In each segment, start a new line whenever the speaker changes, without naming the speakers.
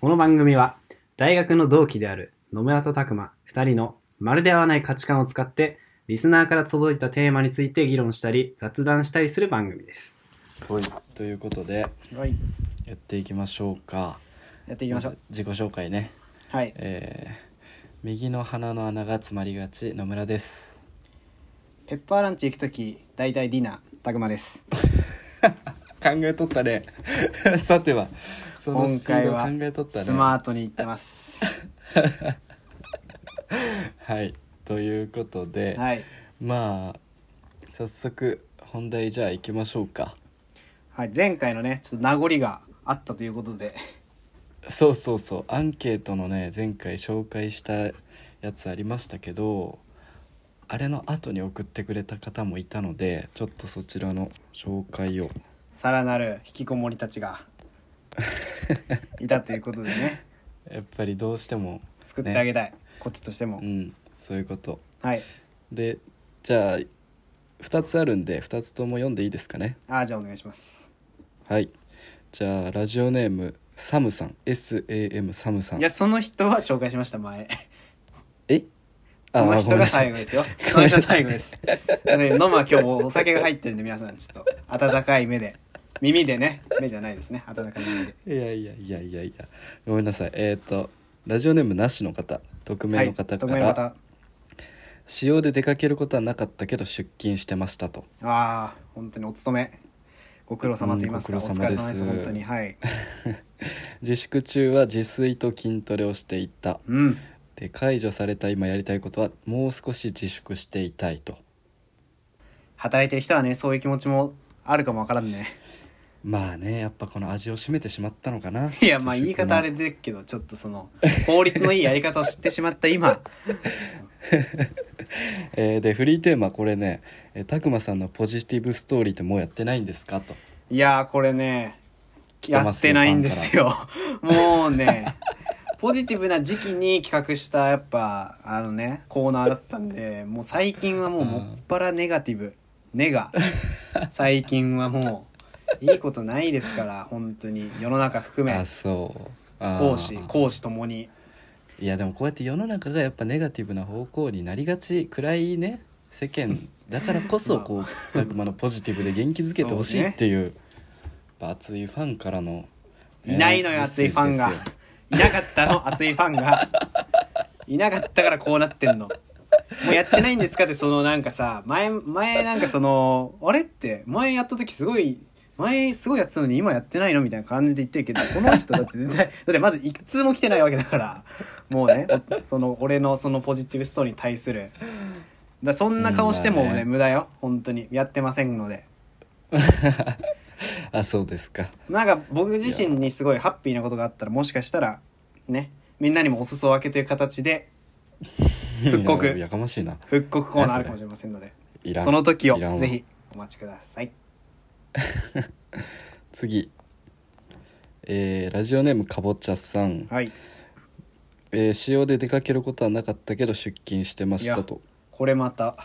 この番組は大学の同期である野村と拓磨2人のまるで合わない価値観を使ってリスナーから届いたテーマについて議論したり雑談したりする番組です。
ということで
はい、
やっていきましょうか
やっていきましょう
ず。自己紹介ね
はい、
えー右の鼻の穴が詰まりがち野村です
ペッパーランチ行くとき、だいたいディナー、たくまです。
考えとったね さてはその
今
スピー
回
ドを
は
考えとったね
スマートに行っ てます。
はいということで、
はい、
まあ早速本題じゃあ行きましょうか
はい、前回のね、ちょっと名残があったということで。
そうそうそうアンケートのね前回紹介したやつありましたけどあれの後に送ってくれた方もいたのでちょっとそちらの紹介を
さらなる引きこもりた ちがいたということでね
やっぱりどうしても
救ってあげたい、こっちとしても、
うんそういうこと
はい
でじゃあ2つあるんで2つとも読んでいいですかね
あーじゃあお願いします
はいじゃあラジオネームサムさん SAM サムさん
いやその人は紹介しました前
えあ
その
ーごめ
人
んな
が
さ
最
い
後ですよその
ごめんな
人
さ
が最
い
後ですね飲むは今日もお酒が入ってるんで皆さんちょっと温かい目で耳でね目じゃないですね温かい耳で
いやいやいやいやいやごめんなさいえっ、とラジオネームなしの方匿名の方か
匿名
ら、
の方
使用で出かけることはなかったけど出勤してましたと
ああ本当にお勤めご苦労様と言いますか、
うんご苦労様です
お疲れ様です本当にはい
自粛中は自炊と筋トレをしていた
うん
で解除された今やりたいことはもう少し自粛していたいと
働いてる人はねそういう気持ちもあるかもわからんね
まあねやっぱこの味を占めてしまったのかない
いやまあ言い方あれ
自
だけどちょっとその法律のいいやり方を知ってしまった今
粛のえーでフリーテーマこれねえー「たくまさんのポジティブストーリーってもうやってないんですか?」と
いやーこれね
来て
や
ま
っ
す
て
よ
ないんですよもうねポジティブな時期に企画したやっぱあのねコーナーだったんでもう最近はもうもっぱらネガティブネガ最近はもういいことないですから本当に世の中含め
あそうあー
講師講師ともに
いやでもこうやって世の中がやっぱネガティブな方向になりがち暗いね世間だからこ そこうたくまのポジティブで元気づけてほしいっていうやっぱ熱いファンからの、
いないのよ、
えー
熱いファンが
メッセージですよ。
いなかった の、熱いファンが。いなかったからこうなってんの。もうやってないんですかって、そのなんかさ、前、前なんかその、あれって、前やった時すごい、前すごいやってたのに今やってないのみたいな感じで言ってるけど、この人だって絶対、だ ってまず一通も来てないわけだから、もうね、おその、俺のそのポジティブストーリーに対する。だそんな顔しても
うんまあ
ね、
ね
無駄よ、本当に。やってませんので。
あそうですか
なんか僕自身にすごいハッピーなことがあったらもしかしたらねみんなにもお裾分けという形で復刻
いややかましいな
復刻コーナーあるかもしれませんので
いらん
その時を
いらんわ
ぜひお待ちください
次えーラジオネームかぼちゃさん、
はい
えー使用で出かけることはなかったけど出勤してましたと
これまた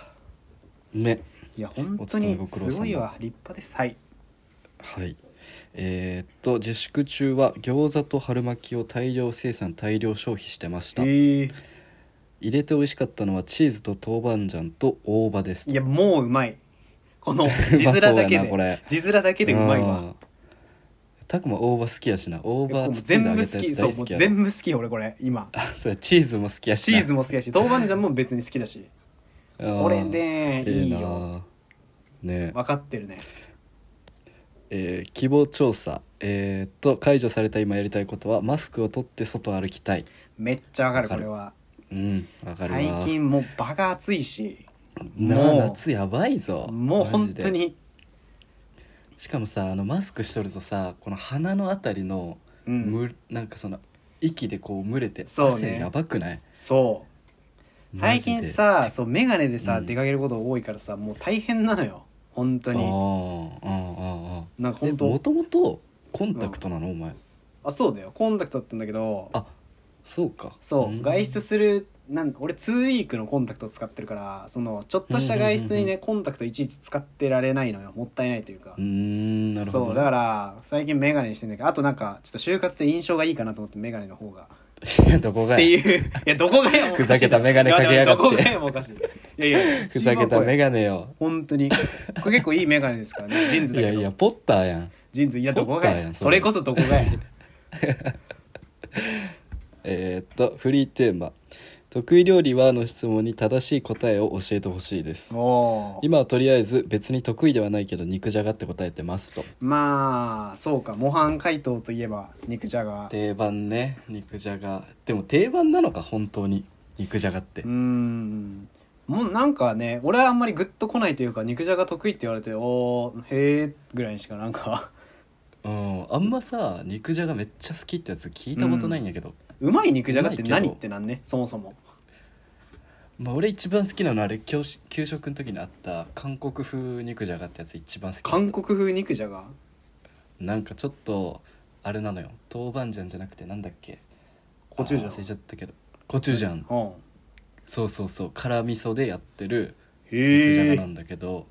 ね
いや本
お
当
勤め
に
ご苦労様
すごいわ立派ですはい
はい。えーっと自粛中は餃子と春巻きを大量生産大量消費してました。
へえ
入れて美味しかったのはチーズと豆板醤と大葉ですと。
いやもううまいこ の字面だ
そう
け
やなこれ
で字面だけでうまいわ
ん。たくま大葉好きやしな。大
いや
葉
もう
包
全
んで
部
あ
好
げたや
き
つ
そう
大
も
好
う
きや な。
全部好きよ俺これ今
そうやチーズも好きやし
チ
な。
ーズも好きだし豆板醤も別に好きだし
うん
これ。ね
ええ
いい
な
よ
ね
分かってるね
えー希望調査えーっと解除された今やりたいことはマスクを取って外歩きたい
めっちゃわかる
わか
こ
る
れは
うんわかるわ
最近もう場が暑いし
な
も
あ
う
夏やばいぞ
もう
マ
本
ジで
当に、
しかもさあのマスクしとるとさこの鼻のあたりの、
うん、
むなんかその息でこう蒸れて、
そうね
汗やばくない
そう
マ
最
ジで
近さそう眼鏡でさ、
うん
出かけること多いからさもう大変なのよ本当
あーあ
に
ーあ
なんか
ーあーえ
本
も
当
ともとコンタクトなの、お前
あそうだよコンタクトだったんだけど
あそうか
そう、外出するなん俺2ウィークのコンタクトを使ってるからそのちょっとした外出
うんう
に
んうんう
ねコンタクトいちいち使ってられないのよもったいないというか
うーんなるほど
そうだ
ね、
から最近メガネにしてんだけどあとなんかちょっと就活で印象がいいかなと思ってメガネの方が
どこ
っ
が
て
や
いういやどこがよ
ふざけた眼鏡かけやがって
どこがよもおかしいいやいや
ふざけた眼鏡よ
本当にこれ結構いい眼鏡ですからねジーンズ
い
だ
や
け
い
ど
やポッターやん
ジーンズいやどこが
ポッターや
よ
んそれ
それこそどこ がよ
えー、っとフリーテーマ「得意料理は?」の質問に正しい答えを教えてほしいです
おー
今はとりあえず別に得意ではないけど肉じゃがって答えてますと
まあそうか模範解答といえば肉じゃが
定番ね肉じゃがでも定番なのか本当に肉じゃがって
うーんもうなんかね俺はあんまりグッとこないというか肉じゃが得意って言われておーへえぐらいにしかなんか
うんあんまさ肉じゃがめっちゃ好きってやつ聞いたことないんやけど、
うまい肉じゃがって
うまいけ
何
ど
ってなんねそもそも
まあ、俺一番好きなのはあれ教師給食の時にあった韓国風肉じゃがってやつ一番好き
韓国風肉じゃが
なんかちょっとあれなのよ豆板醤じゃなくてなんだっけ
コチュジ
あー忘れち
ャ
ゃったけどコチュジャン
ンうん
そうそうそう辛味噌でやってる肉じゃ
へ
がな
え
んだけど、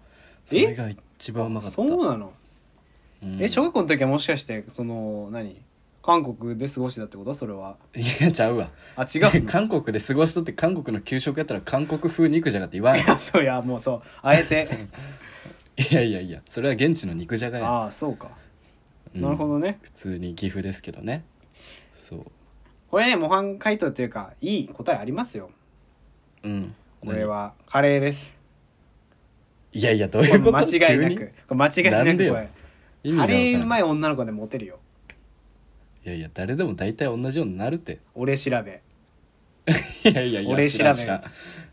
え
それが一番うまかった
そうなの
うん
え小学校の時はもしかしてその何韓国で過ごしてたってことそれはい
やちゃうわ
あ違うの
韓国で過ごしとって韓国の給食やったら韓国風肉じゃがって言わ ん
い
よ
やそういやもうそうあ えて
いやいやいやそれは現地の肉じゃがや、
ああそうか
うん
なるほどね
普通に岐阜ですけどねそう
これね模範解答というかいい答えありますよ
うん
これはカレーです
何いやいやどういうこと
これ間違いな
急に
くこれ間違い
な
なん
で
く
よ
これ
意味が
カ
わからん
レーうまい女の子でモテるよ
いやいや誰でも大体同じようになるって
俺調べ
いやいやいや
俺
知らん
調べ
知らん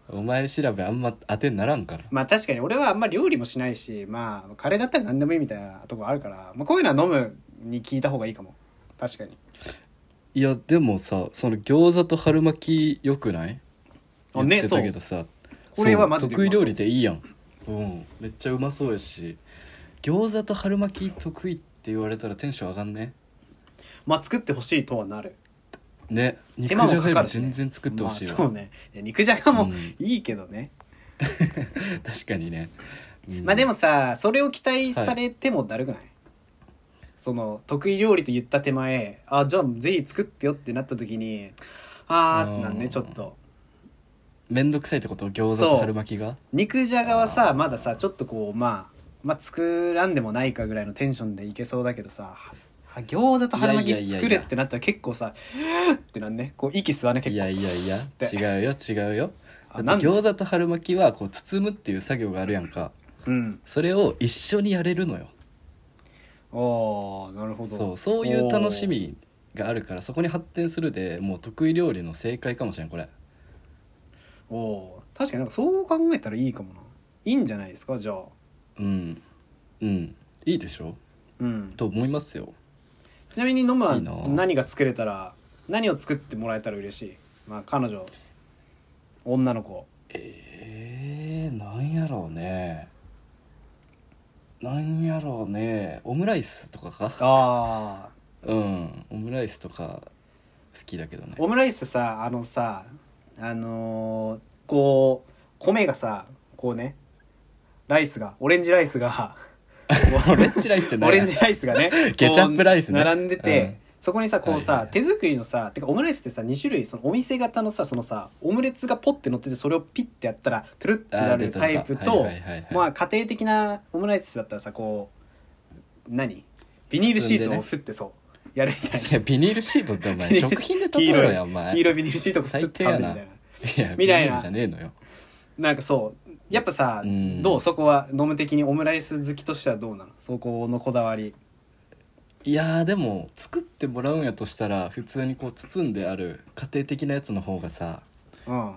お前調べあんま当てにならんから
まあ確かに俺はあんま料理もしないしまあカレーだったら何でもいいみたいなとこあるから、まあ、こういうのは飲むに聞いた方がいいかも確かに
いやでもさその餃子と春巻きよくない
あ
言ってたけどさ、
これはマジでうま
得
そう
意料理でいいやんうんめっちゃうまそうやし餃子と春巻き得意って言われたらテンション上がんね
まあ作ってほしいとはなる
ね肉
手
じ
間
ゃ
もかかるし
がより全然作ってほしいわ、
まあそうねいや肉じゃが
う
も
ん
いいけどね、
確かにね、うん
まあでもさそれを期待されてもだるくない、その得意料理と言った手前あじゃあぜひ作ってよってなった時にあーってなん
う
ね
ん
ちょっと
めんどくさいってこと餃子と春巻きが
肉じゃがはさ
あー
まださちょっとこうまあまあ作らんでもないかぐらいのテンションでいけそうだけどさは餃子と春
いやい
巻
やい
き
やいや
作れってなったら結構さ「ってなんねこう息吸わね
い
結構
やいやいや
て
違うよ違うよ
あ
だ
な
っ
ん
て
で
餃子と春巻きはこう包むっていう作業があるやんか
うん
それを一緒にやれるのよ
おーなるほど
そうそういう楽しみがあるからそこに発展するでもう得意料理の正解かもしれんこれ
おーおー確かになんかそう考えたらいいかもないいんじゃないですかじゃあ
うんうんいいでしょ
うん
と思いますよ
ちなみに飲むはい
いな
何が作れたら何を作ってもらえたら嬉しいまあ彼女女の子
えー、なんやろうねなんやろうねオムライスとかか
ああ
うんオムライスとか好きだけどね
オムライスさあのさあのーこう米がさこうねライスがオレンジライスが
オレンジライスって
オ
何
レン
や
ジライスがね
ケチャップライスね
こう並んでて、
うん
そこにさこうさ、
はいはい
手作りのさてかオムライスってさ2種類そのお店型のさそのさオムレツがポッて乗っててそれをピッてやったらトゥルッて
あ
な
ー出
る
た
タイプ
出たはい
と
はいはいはい
まあ家庭的なオムライスだったらさこう何ビニールシートを振ってそう、やるみたい
いやビニールシートってお前
ビニー
食
ル
品で
黄
例え
色い
ろよお
な
前
黄
い
色いビニールシートを振って食べるみたい
最低
な
やビ
み
ニ
たいな
ールじゃねえのよ
なんかそうやっぱさ、
うん
どうそこは飲む的にオムライス好きとしてはどうなのそこのこだわり
いやーでも作ってもらうんやとしたら普通にこう包んである家庭的なやつの方がさ
うん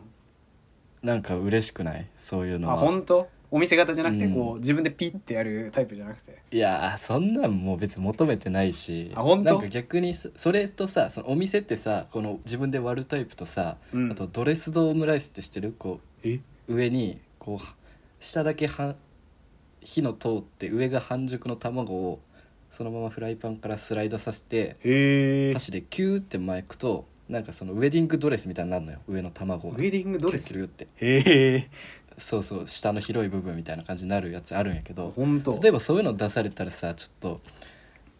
なんか嬉しくないそういうの
あ
は
本当お店型じゃなくて
うん
こう、自分でピッてやるタイプじゃなくて
いやーそんなんもう別に求めてないし
あ本当
なんか逆にそそれとさそのお店ってさこの自分で割るタイプとさ、
うん
あとドレスドオムライスって知ってるこ
え
う上にこう下だけは火の通って上が半熟の卵をそのままフライパンからスライドさせて
へえ
箸でキューって巻くとなんかそのウェディングドレスみたいになるのよ上の卵
ウ
が
ェディングドレス
キュルキュルって
へえ
そうそう下の広い部分みたいな感じになるやつあるんやけど
ほんと
例えばそういうの出されたらさちょっと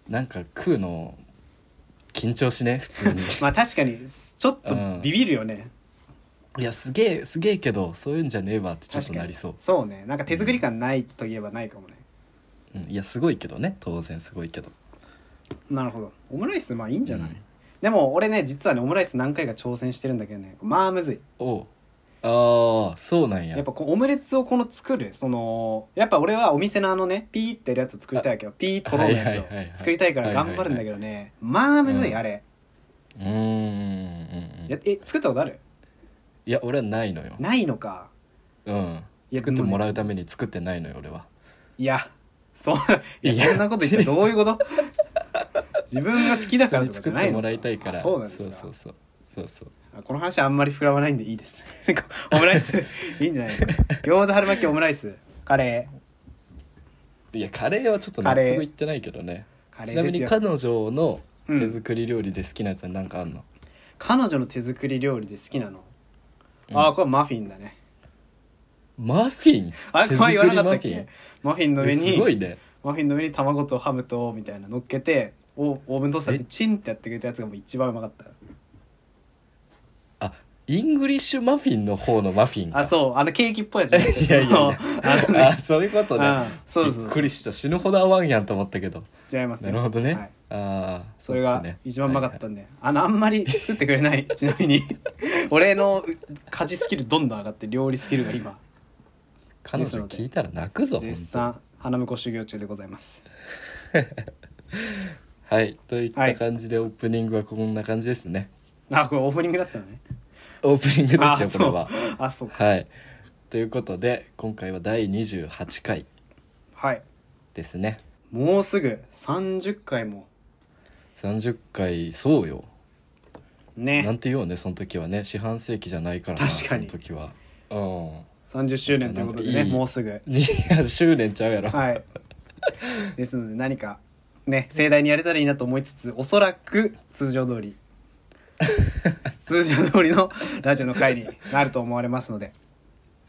なんか食うの緊張しね普通 に
まあ確かにちょっと
うん
ビビるよね、
いやすげえすげえけどそういうんじゃねえわってちょっとなりそう
確かにそうねなんか手作り感ないといえばないかもね、
うん、いやすごいけどね当然すごいけど
なるほどオムライスまあいいんじゃない、
うん
でも俺ね実はねオムライス何回か挑戦してるんだけどねまあむずい
おうああそうなんや
やっぱこうオムレツをこの作るそのやっぱ俺はお店のあのねピーってやるやつ作りたいわけどピーとろの
はい
や
はいはいはい
つを作りたいから頑張るんだけどねまあむず
う
い
ん
あれ
うーんうんうん
やえ作ったことある
いや俺はないのよ、
ないのか
うん、
いや
作ってもらうために作ってないのよ俺はい
やそんい
い
や
や
そんなこと言 ってどういうこと自分が好きだからとか
人に
じ
作
ゃ
っ
ない
て
の
もらいたいから
あそうなんです
そ
か
うそうそうそうそう
あこの話あんまり膨らまないんでいいです オムライスいいんじゃないですか餃子春巻きオムライスカレー
いやカレーはちょっと
カ
納
レー
得いってないけどね
カレ
ちなみ
ー
に
ですよ
彼女の
うん
手作り料理で好きなやつは何かあんの、
彼女の手作り料理で好きなの、
うん
ああこれマフィンだね
マフィン
あれ
手
これ
作
言わな
り
か
マ
った
フ
っけ
ィン
マフィンの上
えすご
に
いね
マフィンの上に卵とハムとみたいな乗っけてオーオーブントースターで
え
チンってやってくれたやつがもう一番うまかった
イングリッシュマフィンの方のマフィンか
あそうあのケーキっぽいやつじゃなくてそ
いやいやいや
のあの
あ
ね
そういうことね
うんそうそうそう
びっくりした死ぬほど合わんやんと思ったけど
違います
な
よ
るほどね、
はい
ああ
それが一番うまかったんで、あのあんまり作ってくれない ちなみに俺の家事スキルどんどん上がって料理スキルが今
彼女聞いたら泣くぞ
絶
本
賛花婿修行中でございます
当はいといっ
は
た
い
感じでオープニングはこんな感じですね、
あこれオープニングだったのね
オープニング
あ
ですよこれは
そうあそうか
はいということで今回は第28回
はい
ですね
もうすぐ30回も
30回そうよな
ね
んて言おうねその時はね四半世紀じゃないからな
確かに
その時はうん
30周年ということで
な
ね
んかいい
もうすぐ
2周年ちゃうやろ、
はいですので何かね盛大にやれたらいいなと思いつつおそらく通常通り通常通りのラジオの回になると思われますので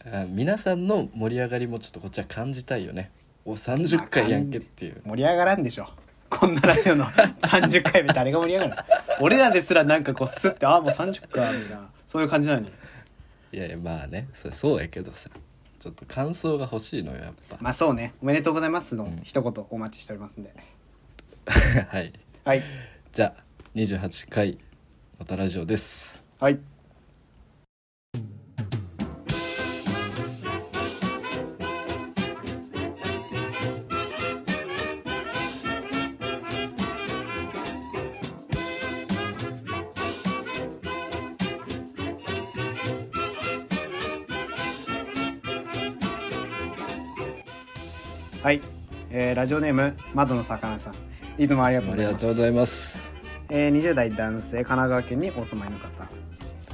あ皆さんの盛り上がりもちょっとこっちは感じたいよねお30回やんけっていう
盛り上がらんでしょこんなラジオの30回目誰が盛り上がる俺らですらなんかこうスッてああもう30回あるんだそういう感じなのに
いやいやまあねそれそうやけどさちょっと感想が欲しいのよやっ ぱ、
まあそうねおめでとうございますの
うん
一言お待ちしておりますんで
はい
はい
じゃあ28回またラジオです
はいはい、えーラジオネーム窓の魚さんいつもありがとう
あ
ご
り
ざい
が
ます
とうございます
えー、20代男性神奈川県にお住まいの方、
はい、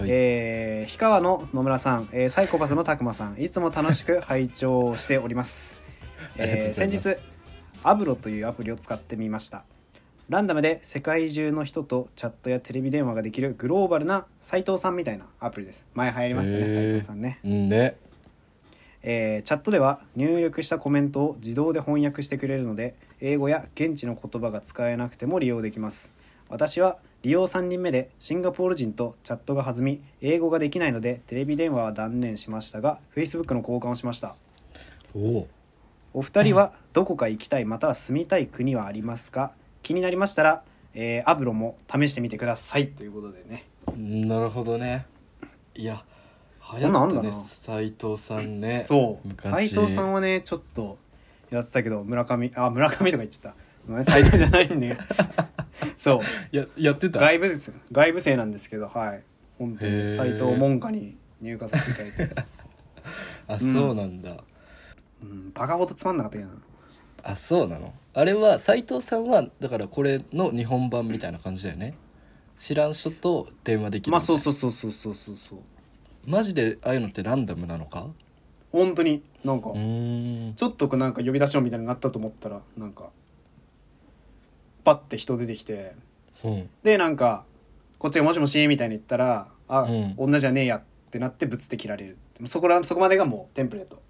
えー、氷川の野村さん、えー、サイコパスのたくまさんいつも楽しく拝聴しております、
ありがとう
えー、
ござい
先
ます
日アブロというアプリを使ってみましたランダムで世界中の人とチャットやテレビ電話ができるグローバルな斉藤さんみたいなアプリです前流行りましたね、
へ
斉
ー
藤さんね
うんね
えーチャットでは入力したコメントを自動で翻訳してくれるので英語や現地の言葉が使えなくても利用できます私は利用3人目でシンガポール人とチャットが弾み英語ができないのでテレビ電話は断念しましたが Facebook の交換をしました
おお
お二人はどこか行きたいまたは住みたい国はありますか気になりましたら、えーアブロも試してみてくださいということでね
なるほどねいや流
こんなんあ
行っ
んだ
た
な
ね斎藤さんね
そう斎
昔
藤さんはねちょっとやってたけど村上あ村上とか言っちゃったごめん斎藤じゃないん でそう
ややってた
外部です外部生なんですけどはい本当
へ
に
ー
斎藤門下に入荷させていただ いて、
あそうなんだ、
うん、バカほどつまんなかったけどな
あそうなのあれは斎藤さんはだからこれの日本版みたいな感じだよね知らん人と電話できる
まあそうそうそうそうそうそうそう
マジでああいうのってランダムなのか
本当になんか
うーん
ちょっとなんか呼び出し音みたいになったと思ったらなんかパッて人出てきて
うん
でなんかこっちが「もしもし」みたいに言ったら「あ、
うん
女じゃねえや」ってなってぶつって切られるそこらそこまでがもうテンプレート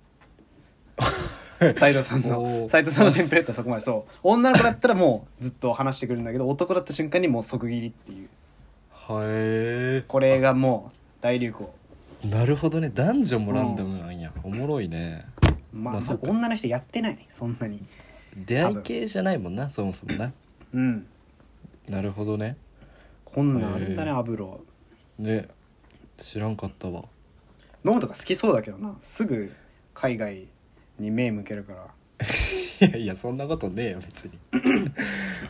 斉藤さん
お
の
ー
斉藤さんのテンプレートはそこまでそう女の子だったらもうずっと話してくるんだけど男だった瞬間にもう即切りっていう
はえ
これがもう大流行
なるほどね男女もランダムなんや、おもろいね
まあ、
まあそうか
女の人やってないそんなに
出会い系じゃないもんなそもそもな
うん
なるほどね
こんなんあれだね
へえ
アブロ
ね知らんかったわ
ノーとか好きそうだけどなすぐ海外に目向けるから
いやいやそんなことねえよ別に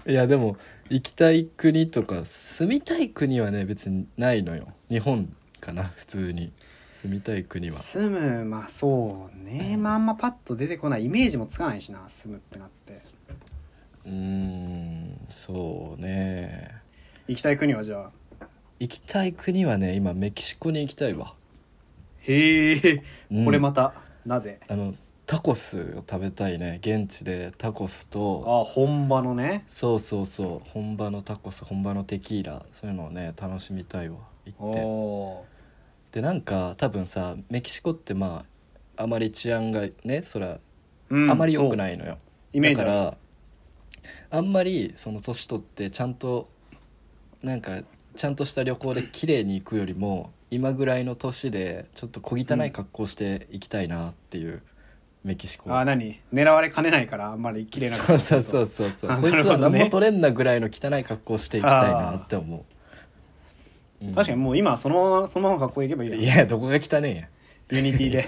いやでも行きたい国とか住みたい国はね別にないのよ日本かな普通に住みたい国は
住むまあそうね、まああんまパッと出てこないイメージもつかないしな住むってなって
うーんそうね
行きたい国はじゃあ
行きたい国はね今メキシコに行きたいわ、
へえ、
うん
これまたなぜ
あのタコスを食べたいね現地でタコスと
あ本場のね
そうそうそう本場のタコス本場のテキーラそういうのをね楽しみたいわ行
お
っ
お
てでなんか多分さメキシコってまああまり治安がねそら
ー、
あまり良く
い
ないのよ、
イメー
だ
ジあ
か
る
らあんまりその年取ってちゃんとなんかちゃんとした旅行で綺麗に行くよりも今ぐらいの年でちょっと小汚い格好して行きたいなっていう、メキシコ
あ何狙われかねないからあんまり綺麗な
そうそうそううそうそう、
あ
こいつ
なる
は
ほど
何
ね
も取れんなぐらいの汚い格好していきたいなって思う、うん
確かにもう今はそのままそのまま学校行けばいいよ
いやどこが汚ね
ユニティで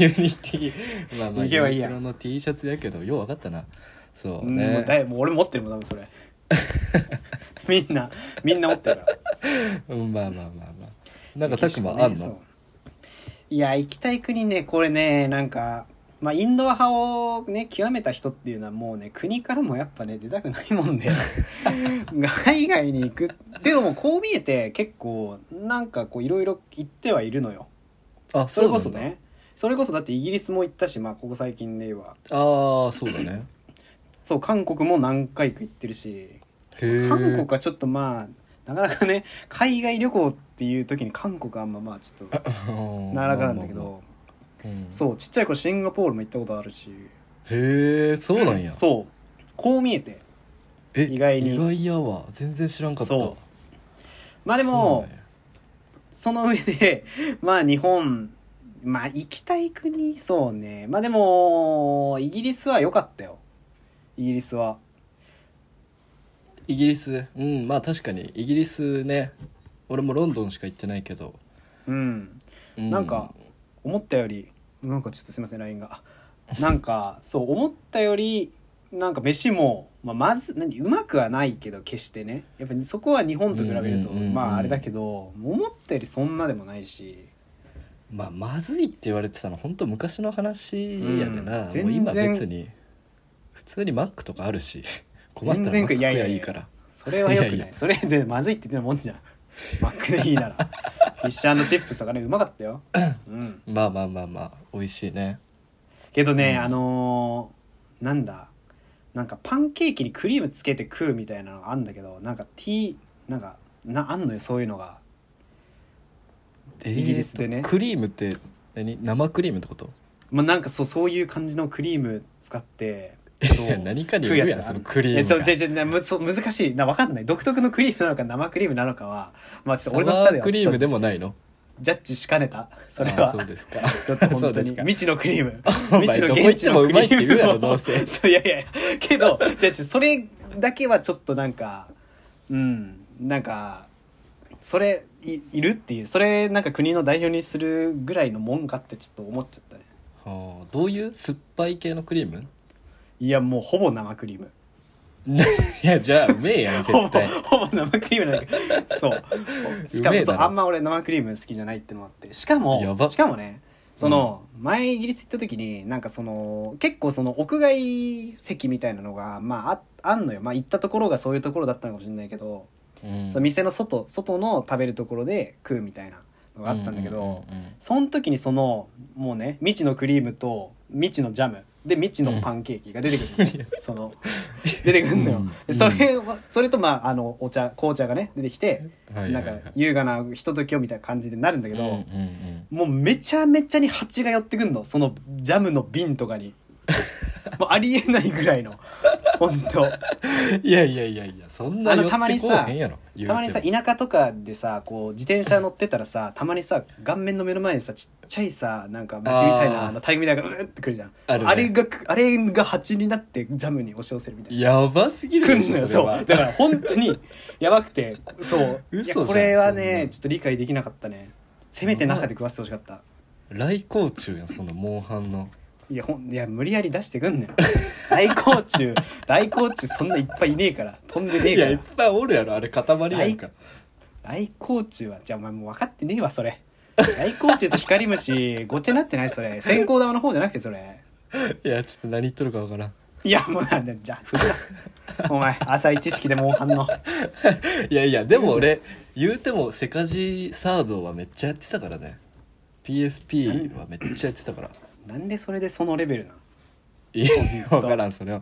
えやユニティまあまあ
行けば
ユ
いい
ニ
や
クロの T シャツやけどよう分かったなそううんね
もうだいもう俺持ってるもん多分そ れみんなみんな持ってるから
うん、まあまあまあまあ。なんかたくまあん
そう
の。
いや行きたい国ねこれねなんか、まあ、インドア派をね極めた人っていうのはもうね国からもやっぱね出たくないもん で海外に行くでもこう見えて結構なんかこういろいろ行ってはいるのよ
あ、
それこ
そ
そう
なんだ。
ねそれこそだってイギリスも行ったしまあここ最近では
ああ、そうだ ね。
そう韓国も何回か行ってるし
へえ。
韓国はちょっとまあなかなかね海外旅行っていう時に韓国はあんままあちょっと
うん
なかなかなんだけ。
ま
ど。
あまあまあうん
そうちっちゃい頃シンガポールも行ったことあるし
へえ、そうなんや。
そうこう見えて
え、
意外に
意外やわ。全然知らんかった。
そうまあで
そう
も
なんや
その上で まあ日本まあ行きたい国そうねまあでもイギリスは良かったよイギリスは
イギリス、うん、まあ確かにイギリスね。俺もロンドンしか行ってないけど。
うん
う
なんか思ったよりなんかちょっとすいません LINE がなんかそう思ったよりなんか飯も、まあ、まず何うまくはないけど決してねやっぱりそこは日本と比べると
うんうんうんうん
まああれだけど思ったよりそんなでもないし
まあ、まずいって言われてたの本当昔の話やでな、
うん
もう今
全然
別に普通にマックとかあ るし困ったらマッ
全然
ク
い
食
やいやいや
やいいから
それはよくない
いやいや
それでまずいって言ってたもんじゃんマックでいいならフィッシュチップスとかねうまかったよ、うん、
まあまあまあまあ美味しいね
けどね、
うん
あのーなんだなんかパンケーキにクリームつけて食うみたいなのがあんだけどなんか T なんかなあんのよそういうのが
えー
イギリスでね
とクリームって何生クリームってこと
まあなんかそうそういう感じのクリーム使って
いや何かによるやんそのクリー
え
ム
そう
が
全然むそう難しいな分かんない独特のクリームなのか生クリームなのかはまあちょっと俺の
サ
下
ワ
で
ー
は
クリ
ち
ー
ょっと
ムでもないの
ジャッジしかねたそれ
あ
は
そうですか
ちょっと本
そう
当
で
に
すか
未知のクリーム
お
未
前
知
ど
の
こ行っ
現地
ても
の
う
ク
ま
リ
いって言うや
ー
ろ
ム
ど
を
う せ
そういやいやけどじゃあそれだけはちょっとなんかうんなんかそれいいるっていうそれなんか国の代表にするぐらいのもんかってちょっと思っちゃったね
はあどういう酸っぱい系のクリーム
いやもうほぼ生クリーム
いやじゃあうめえやん
ほぼ
絶対
ほぼ生クリームなんかそうしか
う
も
めえだ
そう
ろ
あんま俺生クリーム好きじゃないってのもあってしか
や
も
ば
しかもねその、前イギリス行った時になんかその結構その屋外席みたいなのがまあああんのよまあ行ったところがそういうところだったのかもしれないけど、
うん
その店の外外の食べるところで食うみたいなのがあったんだけど、
うんうんうんうん
その時にそのもうね未知のクリームと未知のジャムで未知のパンケーキが出てくるのね、その出てくるのよ、
うん
それはそれとまああのお茶紅茶がね出てきて、
はいはいはい
なんか優雅なひとときをみたいな感じになるんだけ
うん
ど、
うん
もうめちゃめちゃに蜂が寄ってくんのそのジャムの瓶とかにもうありえないぐらいの本当
うんいやいやいやいやそんな
あの
寄
たま
って
に
こ
さ
うへんやろ言うても
たまにさ田舎とかでさこう自転車乗ってたらさたまにさ顔面の目の前にさちっちゃいさなんか虫みたい
あー
なあのタイみたいなのがうーってくるじゃん
あるね
れがあれが蜂になってジャムに押し寄せるみたいな。
やばすぎる
く
で
ん
し
の
ょ
よ
そ
そ
れは
うだから本当にやばくてそう
嘘
い
じ
や
ゃん
これは
そんな
ね
の
ちょっと理解できなかったねせめて中で食わせてほしかった
来校中やんそのモンハンの
いやほんいや無理やり出してくん ねん来校中来校中そんないっぱいいねえから飛んでね
いやい
え
っ
か
ぱいおるやろあれ塊やんか
ら来校中はじゃあお前もう分かってねえわそれ来校中と光虫ごっちゃになってないそれ線香玉の方じゃなくてそれ
いやちょっと何言っとるかわからん
いやもうなんだじゃあふざお前浅い知識でもう反応
いやいやでも俺言うてもセカジサードはめっちゃやってたからね PSP はめっちゃやってたから
なんでそれでそのレベルなの
いや分からんそれは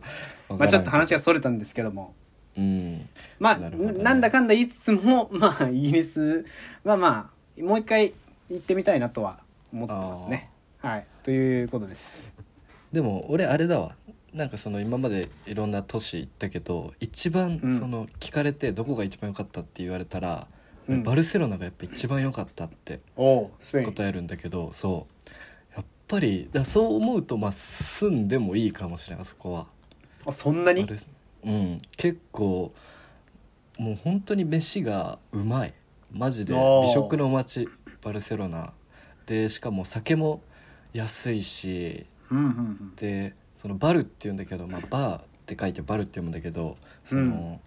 ま
分から
あ
ん
ちょっと話がそれたんですけども
うん
まあ
な
な,、
るほどね
んだかんだ言いつつもまあイギリスはまあもう一回行ってみたいなとは思ってますねはいということです
でも俺あれだわなんかその今までいろんな都市行ったけど一番
うん
その聞かれてどこが一番良かったって言われたら、
うん
バルセロナがやっぱ一番良かったって
おおスペイン
答えるんだけどそうやっぱりだからそう思うとまあ住んでもいいかもしれないあそこは。
あそんなに
あれうん結構もう本当に飯がうまいマジで
おー
美食の街バルセロナでしかも酒も安いし
うんうんうん
でそのバルっていうんだけど、まあ、バーって書いてバルって読むんだけどその、
うん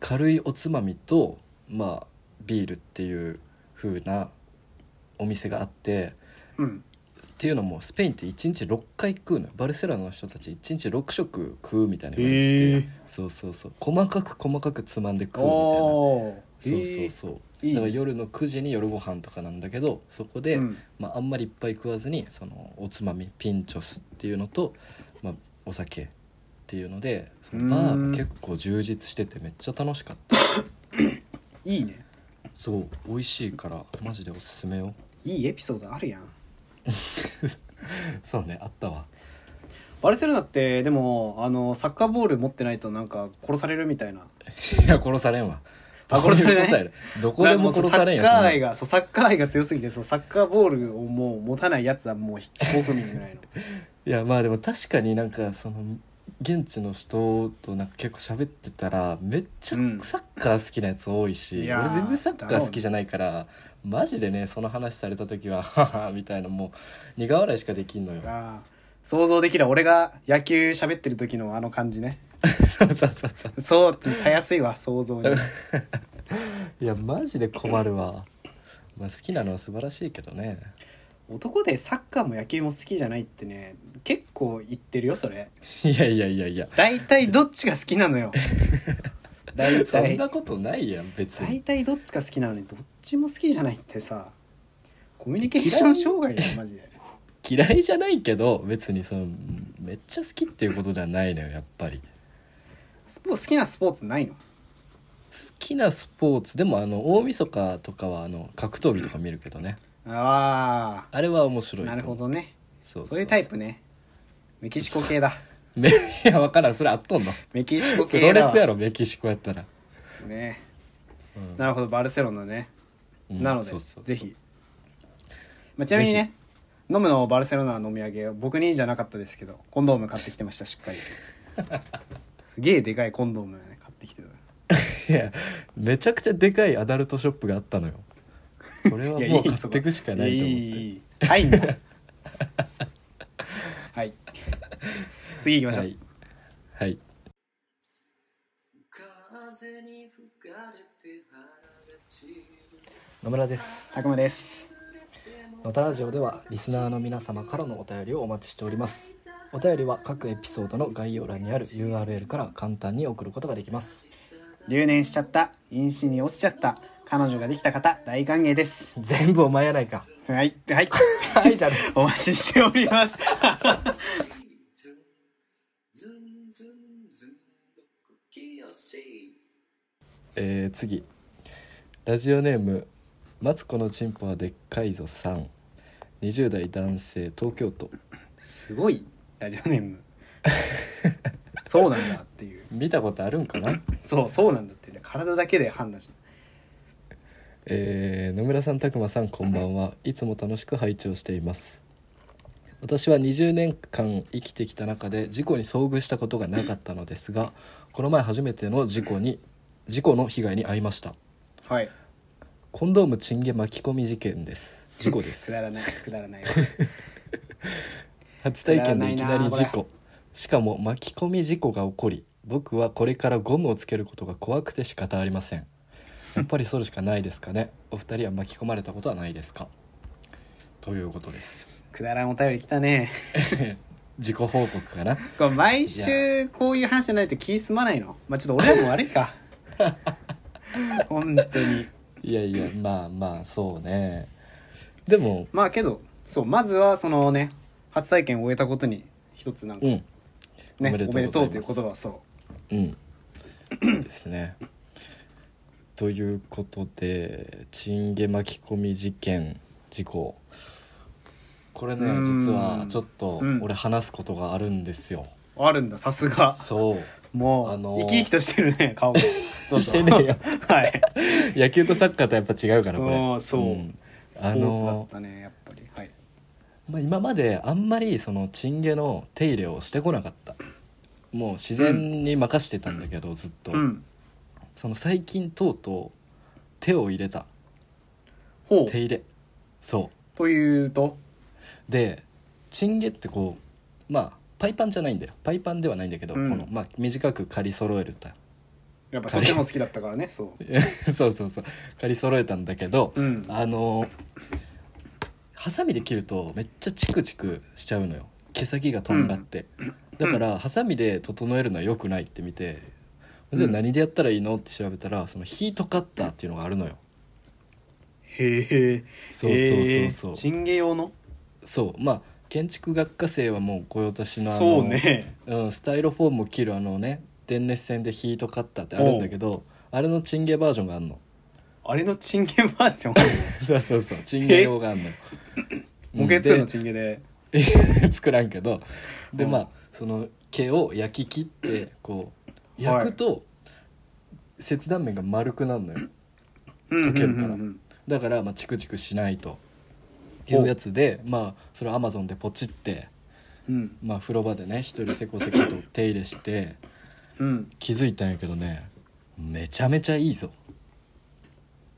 軽いおつまみと、まあ、ビールっていう風なお店があって
うん
っていうのもスペインって1日6回食うのよバルセロナの人たち1日6食食うみたいな言われてて、
へえ
そうそうそう細かく細かくつまんで食うみたいな
おお
そうそうそう、
いい
だから夜の9時に夜ご飯とかなんだけどそこで、
うん
まあ、あんまりいっぱい食わずにそのおつまみピンチョスっていうのと、まあ、お酒っていうのでそのバーが結構充実しててめっちゃ楽しかった
いいね
そう美味しいからマジでおすすめよ
いいエピソードあるやん
そうねあったわ
バルセロナってでもあのサッカーボール持ってないとなんか殺されるみたいない
や殺されんわ
あ殺されない
どういうことやねどこでも殺されんや
サッカ
ん
ー
な
愛がそうサッカー愛が強すぎてそうサッカーボールをもう持たないやつはもう非国民ぐらいの
いやまあでも確かになんかその現地の人となんか結構喋ってたらめっちゃ
うん
サッカー好きなやつ多いし、
いやー
俺全然サッカー好きじゃないからマジでねその話された時は「ははみたいなもう苦笑いしかできんのよ
あー想像できる俺が野球喋ってる時のあの感じね
そうそうそうそう
そうたやすいわ想像 に
いやマジで困るわまあ好きなのは素晴らしいけどね
男でサッカーも野球も好きじゃないってね結構言ってるよそれ
いやいやいやいや
大体どっちが好きな のよ大
そん
体
なことないやん別
大
に
体どっちが好きなのにどっちも好きじゃないってさコミュニケーション障害だよマジで
嫌いじゃないけど別にそのめっちゃ好きっていうことではないのよやっぱり。
スポーツ好きなスポーツないの
好きなスポーツでもあの大晦日とかはあの格闘技とか見るけどね
あ
あれは面白
あ
いと
なる
思
ほど
う
ね
そうそう
そういうタイ プねメキシコ系だ
めいや分からんそれあっとんの
メキシコ
プ
系だ
ロ
わ
レスやろメキシコやったら、
ね
うん
なるほどバルセロナね、
うん
なので
そうそうそう
ぜひ、まあ、ちなみに
ぜ
ね飲むのバルセロナのお土産僕にじゃなかったですけどコンドーム買ってきてましたしっ かりすげえでかいコンドーム、ね、買ってきてた
いやめちゃくちゃでかいアダルトショップがあったのよこれはもう買っていくしかないと思って
てはいい んだはい次行きましょ
は
う、
いはい野村です
たくまです
のたラジオではリスナーの皆様からのお便りをお待ちしておりますお便りは各エピソードの概要欄にある URL から簡単に送ることができます
留年しちゃった飲酒に落ちちゃった彼女ができた方大歓迎です
全部お前やないか
はいはい
はいじゃあね
お待ちしております
えー次ラジオネーム「マツコのチンポはでっかいぞさん」20代男性東京都
すごいラジオネー ムそうなんだっていう
見たことあるんかな
そうそうなんだってね体だけで判断し
えー野村さん拓磨さんこんばんはいつも楽しく拝聴しています私は20年間生きてきた中で事故に遭遇したことがなかったのです がこの前初めての事故に事故の被害に遭いました
はい
コンドームチンゲ巻き込み事件です事故で
く
す
だらないくだらない
初体験でいきなり事故しかも巻き込み事故が起こり僕はこれからゴムをつけることが怖くて仕方ありませんやっぱりそれしかないですかねお二人は巻き込まれたことはないですかということです
くだらんお便り来たね
自己報告かな
これ毎週こういう話じゃないと気済まないのまあちょっと俺らも悪い か本当に
いやいやまあまあそうねでも
まあけどそうまずはそのね初体験を終えたことに一つなんか
う
ね、
んうんおめでとう
お
ご
め
ざい
で
ます
とうということはそ
うんそうですねということでチンゲ巻き込み事件事故これね
うん
実はちょっと
うん
俺話すことがあるんですよ、
うあるんださすが
そう
もう、
あのー
生き生きとしてるね顔 がどうぞ
してねえよ
はい
野球とサッカーとやっぱ違うからこ
あ
れ
ーそうんあ
あ
のだっ
の
たねやっぱりはい
まあ、今まであんまりそのチンゲの手入れをしてこなかったもう自然に任してたんだけど、ずっと、
うん
その最近とうとう手を入れた
ほ
手
う
入れそう
というと
でチンゲってこうまあパイパンじゃないんだよパイパンではないんだけど、
うん
このまあ短く刈り揃えると
やっぱそっちも好きだったからねそう
そうそうそう刈り揃えたんだけど、
うん
あのーハサミで切るとめっちゃチクチクしちゃうのよ毛先がとんがって、だからハサミで整えるのは良くないって見
う
て、
ん
じゃあ何でやったらいいのって調べたらそのヒートカッターっていうのがあるのよ、
へえ
そうそうそうそう、
チンゲ用の
そうまあ建築学科生はもう御用達のあの
そうね
うん、スタイロフォームを切るあのね電熱線でヒートカッターってあるんだけどあれのチンゲバージョンがあんの
あれのチンゲバージョン
そうそうそうチンゲ用があんの
模型作るのチンゲで
うんで作らんけどで
うん
まあその毛を焼き切ってこう
はい
焼くと切断面が丸くなるのよ
溶
けるから
うん
だからまあチクチクしないというやつでまあそれをアマゾンでポチって
うん
まあ風呂場でね一人せこせこと手入れして
うん
気づいたんやけどねめちゃめちゃいいぞ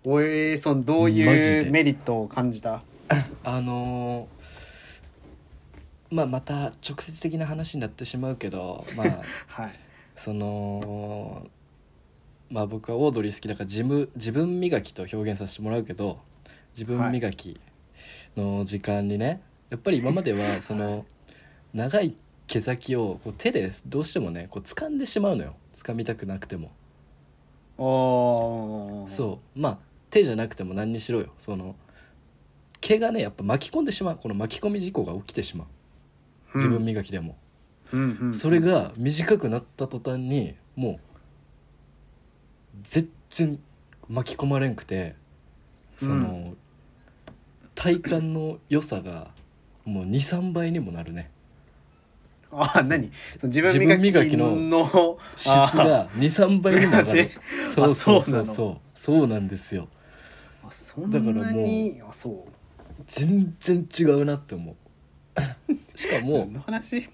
おえそのどう
マジ
い
で
うメリットを感じた
あのーまあまた直接的な話になってしまうけどまあ
はい
そのまあ僕はオードリー好きだから自分自分磨きと表現させてもらうけど自分磨きの時間にね、やっぱり今まではその長い毛先をこう手でどうしてもねこう掴んでしまうのよ掴みたくなくても。
おー
そうまあ手じゃなくても何にしろよその毛がねやっぱ巻き込んでしまうこの巻き込み事故が起きてしまう自分磨きで
うんう
も、
ん
それが短くなった途端にもう全然巻き込まれんくてその、
うん
体感の良さがもう23倍にもなるね
あ何その自分
自分
磨
磨
き
き
の
の質
あ
が23倍にも上が る
質が
そ
ね
うそうそ
あそう
うそうそうなんですよ
ーあそん
だからもう
なにあそう
全然違う なって思うしかも
何の話
し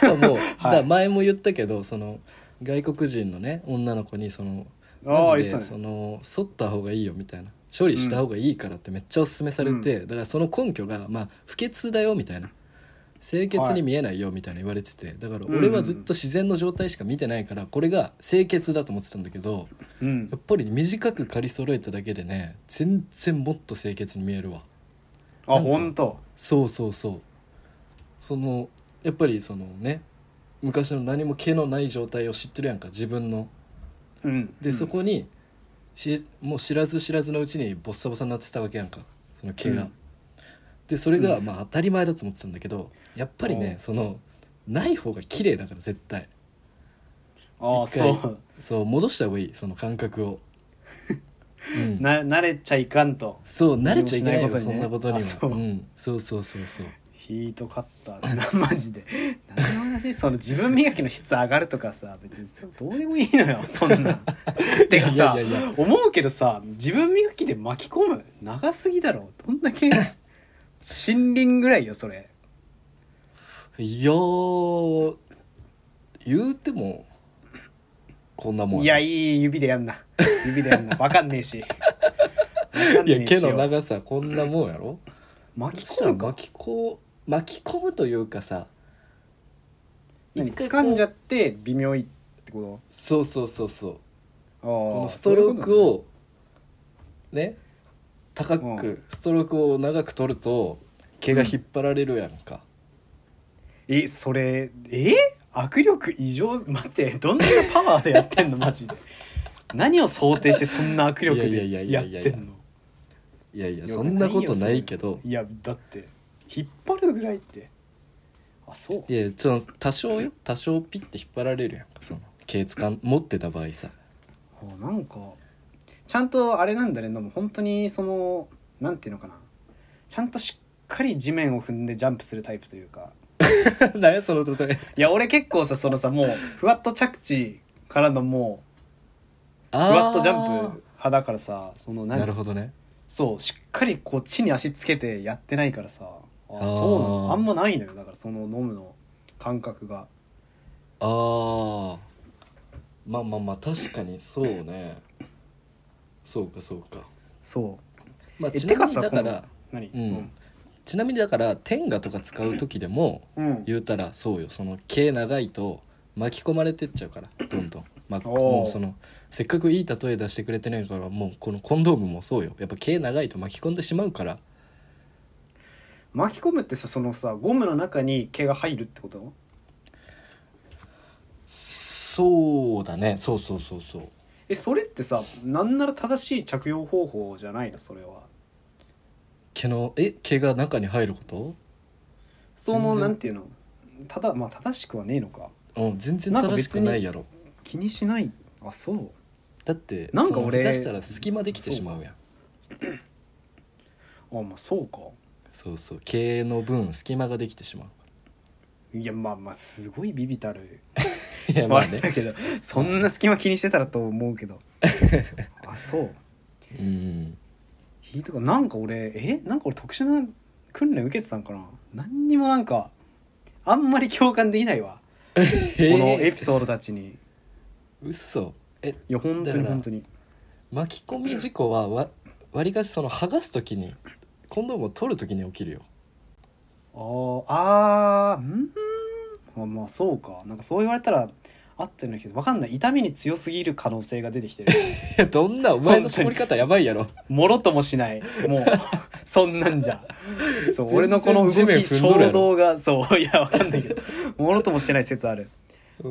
かも、
はい
だ前も言ったけどその外国人のね女の子にそのマ
ああ
ジ
言って
で
た
そ
ね
の剃った方がいいよみたいな処理した方がいいからってめっちゃおすすめされて、だからその根拠がまあ不潔だよみたいな清潔に見えないよみたいな言われてて、だから俺はずっと自然の状態しか見てないからこれが清潔だと思ってたんだけど
うん
やっぱり短く刈り揃えただけでね全然もっと清潔に見えるわ。
あ
なんか
本当
そうそうそうそのやっぱりそのね昔の何も毛のない状態を知ってるやんか自分の
うん
で、そこにしもう知らず知らずのうちにボッサボサになってたわけやんかその毛が、
うん
でそれがまあ当たり前だと思ってたんだけどやっぱり
おう
ねそのない方が綺麗だから絶対
ああ
一
そ
回
う
そう戻した方がいいその感覚 を、うん、
な慣れちゃいかんと
そう慣れちゃいけないよ、
慣れ
そんな
こ
ことと
に
に
ね
は
あそう
うん、そうそうそうそう
ヒートカッター ってなマジで何の話その自分磨きの質上がるとかさ別にそれどうでもいい のよそんなてかさ
いやいやいやいや
思うけどさ自分磨きで巻き込む長すぎだろどんだけ森林ぐらいよそれ
いやー言うてもこんなもん
いやいい指でやんな指でやんなわかんねえしわかん
い
ねえし
や
よ
毛の長さこんなもんやろ
巻き
そした
込
ら
むか
巻きこ巻き込むというかさ
何
一回
掴
こうん
じゃって微妙いってこ
そうそうそうそう
と
こ
こ
のストローク
を
をね高
う
くストロークを長く取ると毛が引っ張られるやんか、
えそれえ握力異常待ってどんなパワーでやってんのマジで何を想定してそんな握力
いやいや
で
い
や
や
っ
いやいや
てんの
いやいや
いや
そんなことないけど
いやだって引っ張るぐらいってあそう
いやちょ多少よ多少ピッて引っ張られるやんかその毛つかん持ってた場合 さ
あなんかちゃんとあれなんだねでも本当にそのなんていうのかなちゃんとしっかり地面を踏んでジャンプするタイプというか
何やその例え
いや俺結構さそのさもうふわっと着地からのもうふわっとジャンプ派だからさその
あ
な
ー
んか
なるほどね
そうしっかりこう地に足つけてやってないからさあ
あー
そうなのあんまないのよだからその飲むの感覚が
ああまあまあまあ確かにそうねそうかそうか
そう
まあ
え
ちなみ
てか
に
さ
だ
こ
か
の
ら
何
うんちなみにだから天下とか使う時でも
うん、うん
言うたらそうよその毛長いと巻き込まれてっちゃうからどんどん、まあ、
おー
もうそのせっかくいい例え出してくれてないからもうこのコンドームもそうよやっぱ毛長いと巻き込んでしまうから
巻き込むってさそのさゴムの中に毛が入るってこと
そうだねそうそうそうそう
えそれってさなんなら正しい着用方法じゃないのそれは
毛のえ毛が中に入ること
その
全然
なんていうのただまあ正しくはねえのか
うん全然
なんか
正しくないやろ
気にしないあそう
だって
なんか
その
俺
下手したら隙間できてしまうやん
あまあそうか
そうそう毛の分隙間ができてしまう
いやまあまあすごいビビたる
いやま
あ
あ
れ
ね
だけどそんな隙間気にしてたらと思うけどあそう
うん
ヒートがなんか俺えなんか俺特殊な訓練受けてたんかな何にもなんかあんまり共感できないわこ
こ
のエピソードたちに
嘘え
いや本当
だか
に
ら
本当に
巻き込み事故はわ割りかしその剥がす時にコンドームを取る時に起きるよ
あーあーうんまあまあそうかなんかそう言われたら合ってるんだけどわかんない痛みに強すぎる可能性が出てきてる
いやどんなお前の絞り方やばいやろ
もろともしないもう そんなんじゃそう俺のこの動
全然
き
地面踏んどるや
衝
ろ
動がそういやわかんないけどもろともしてない説ある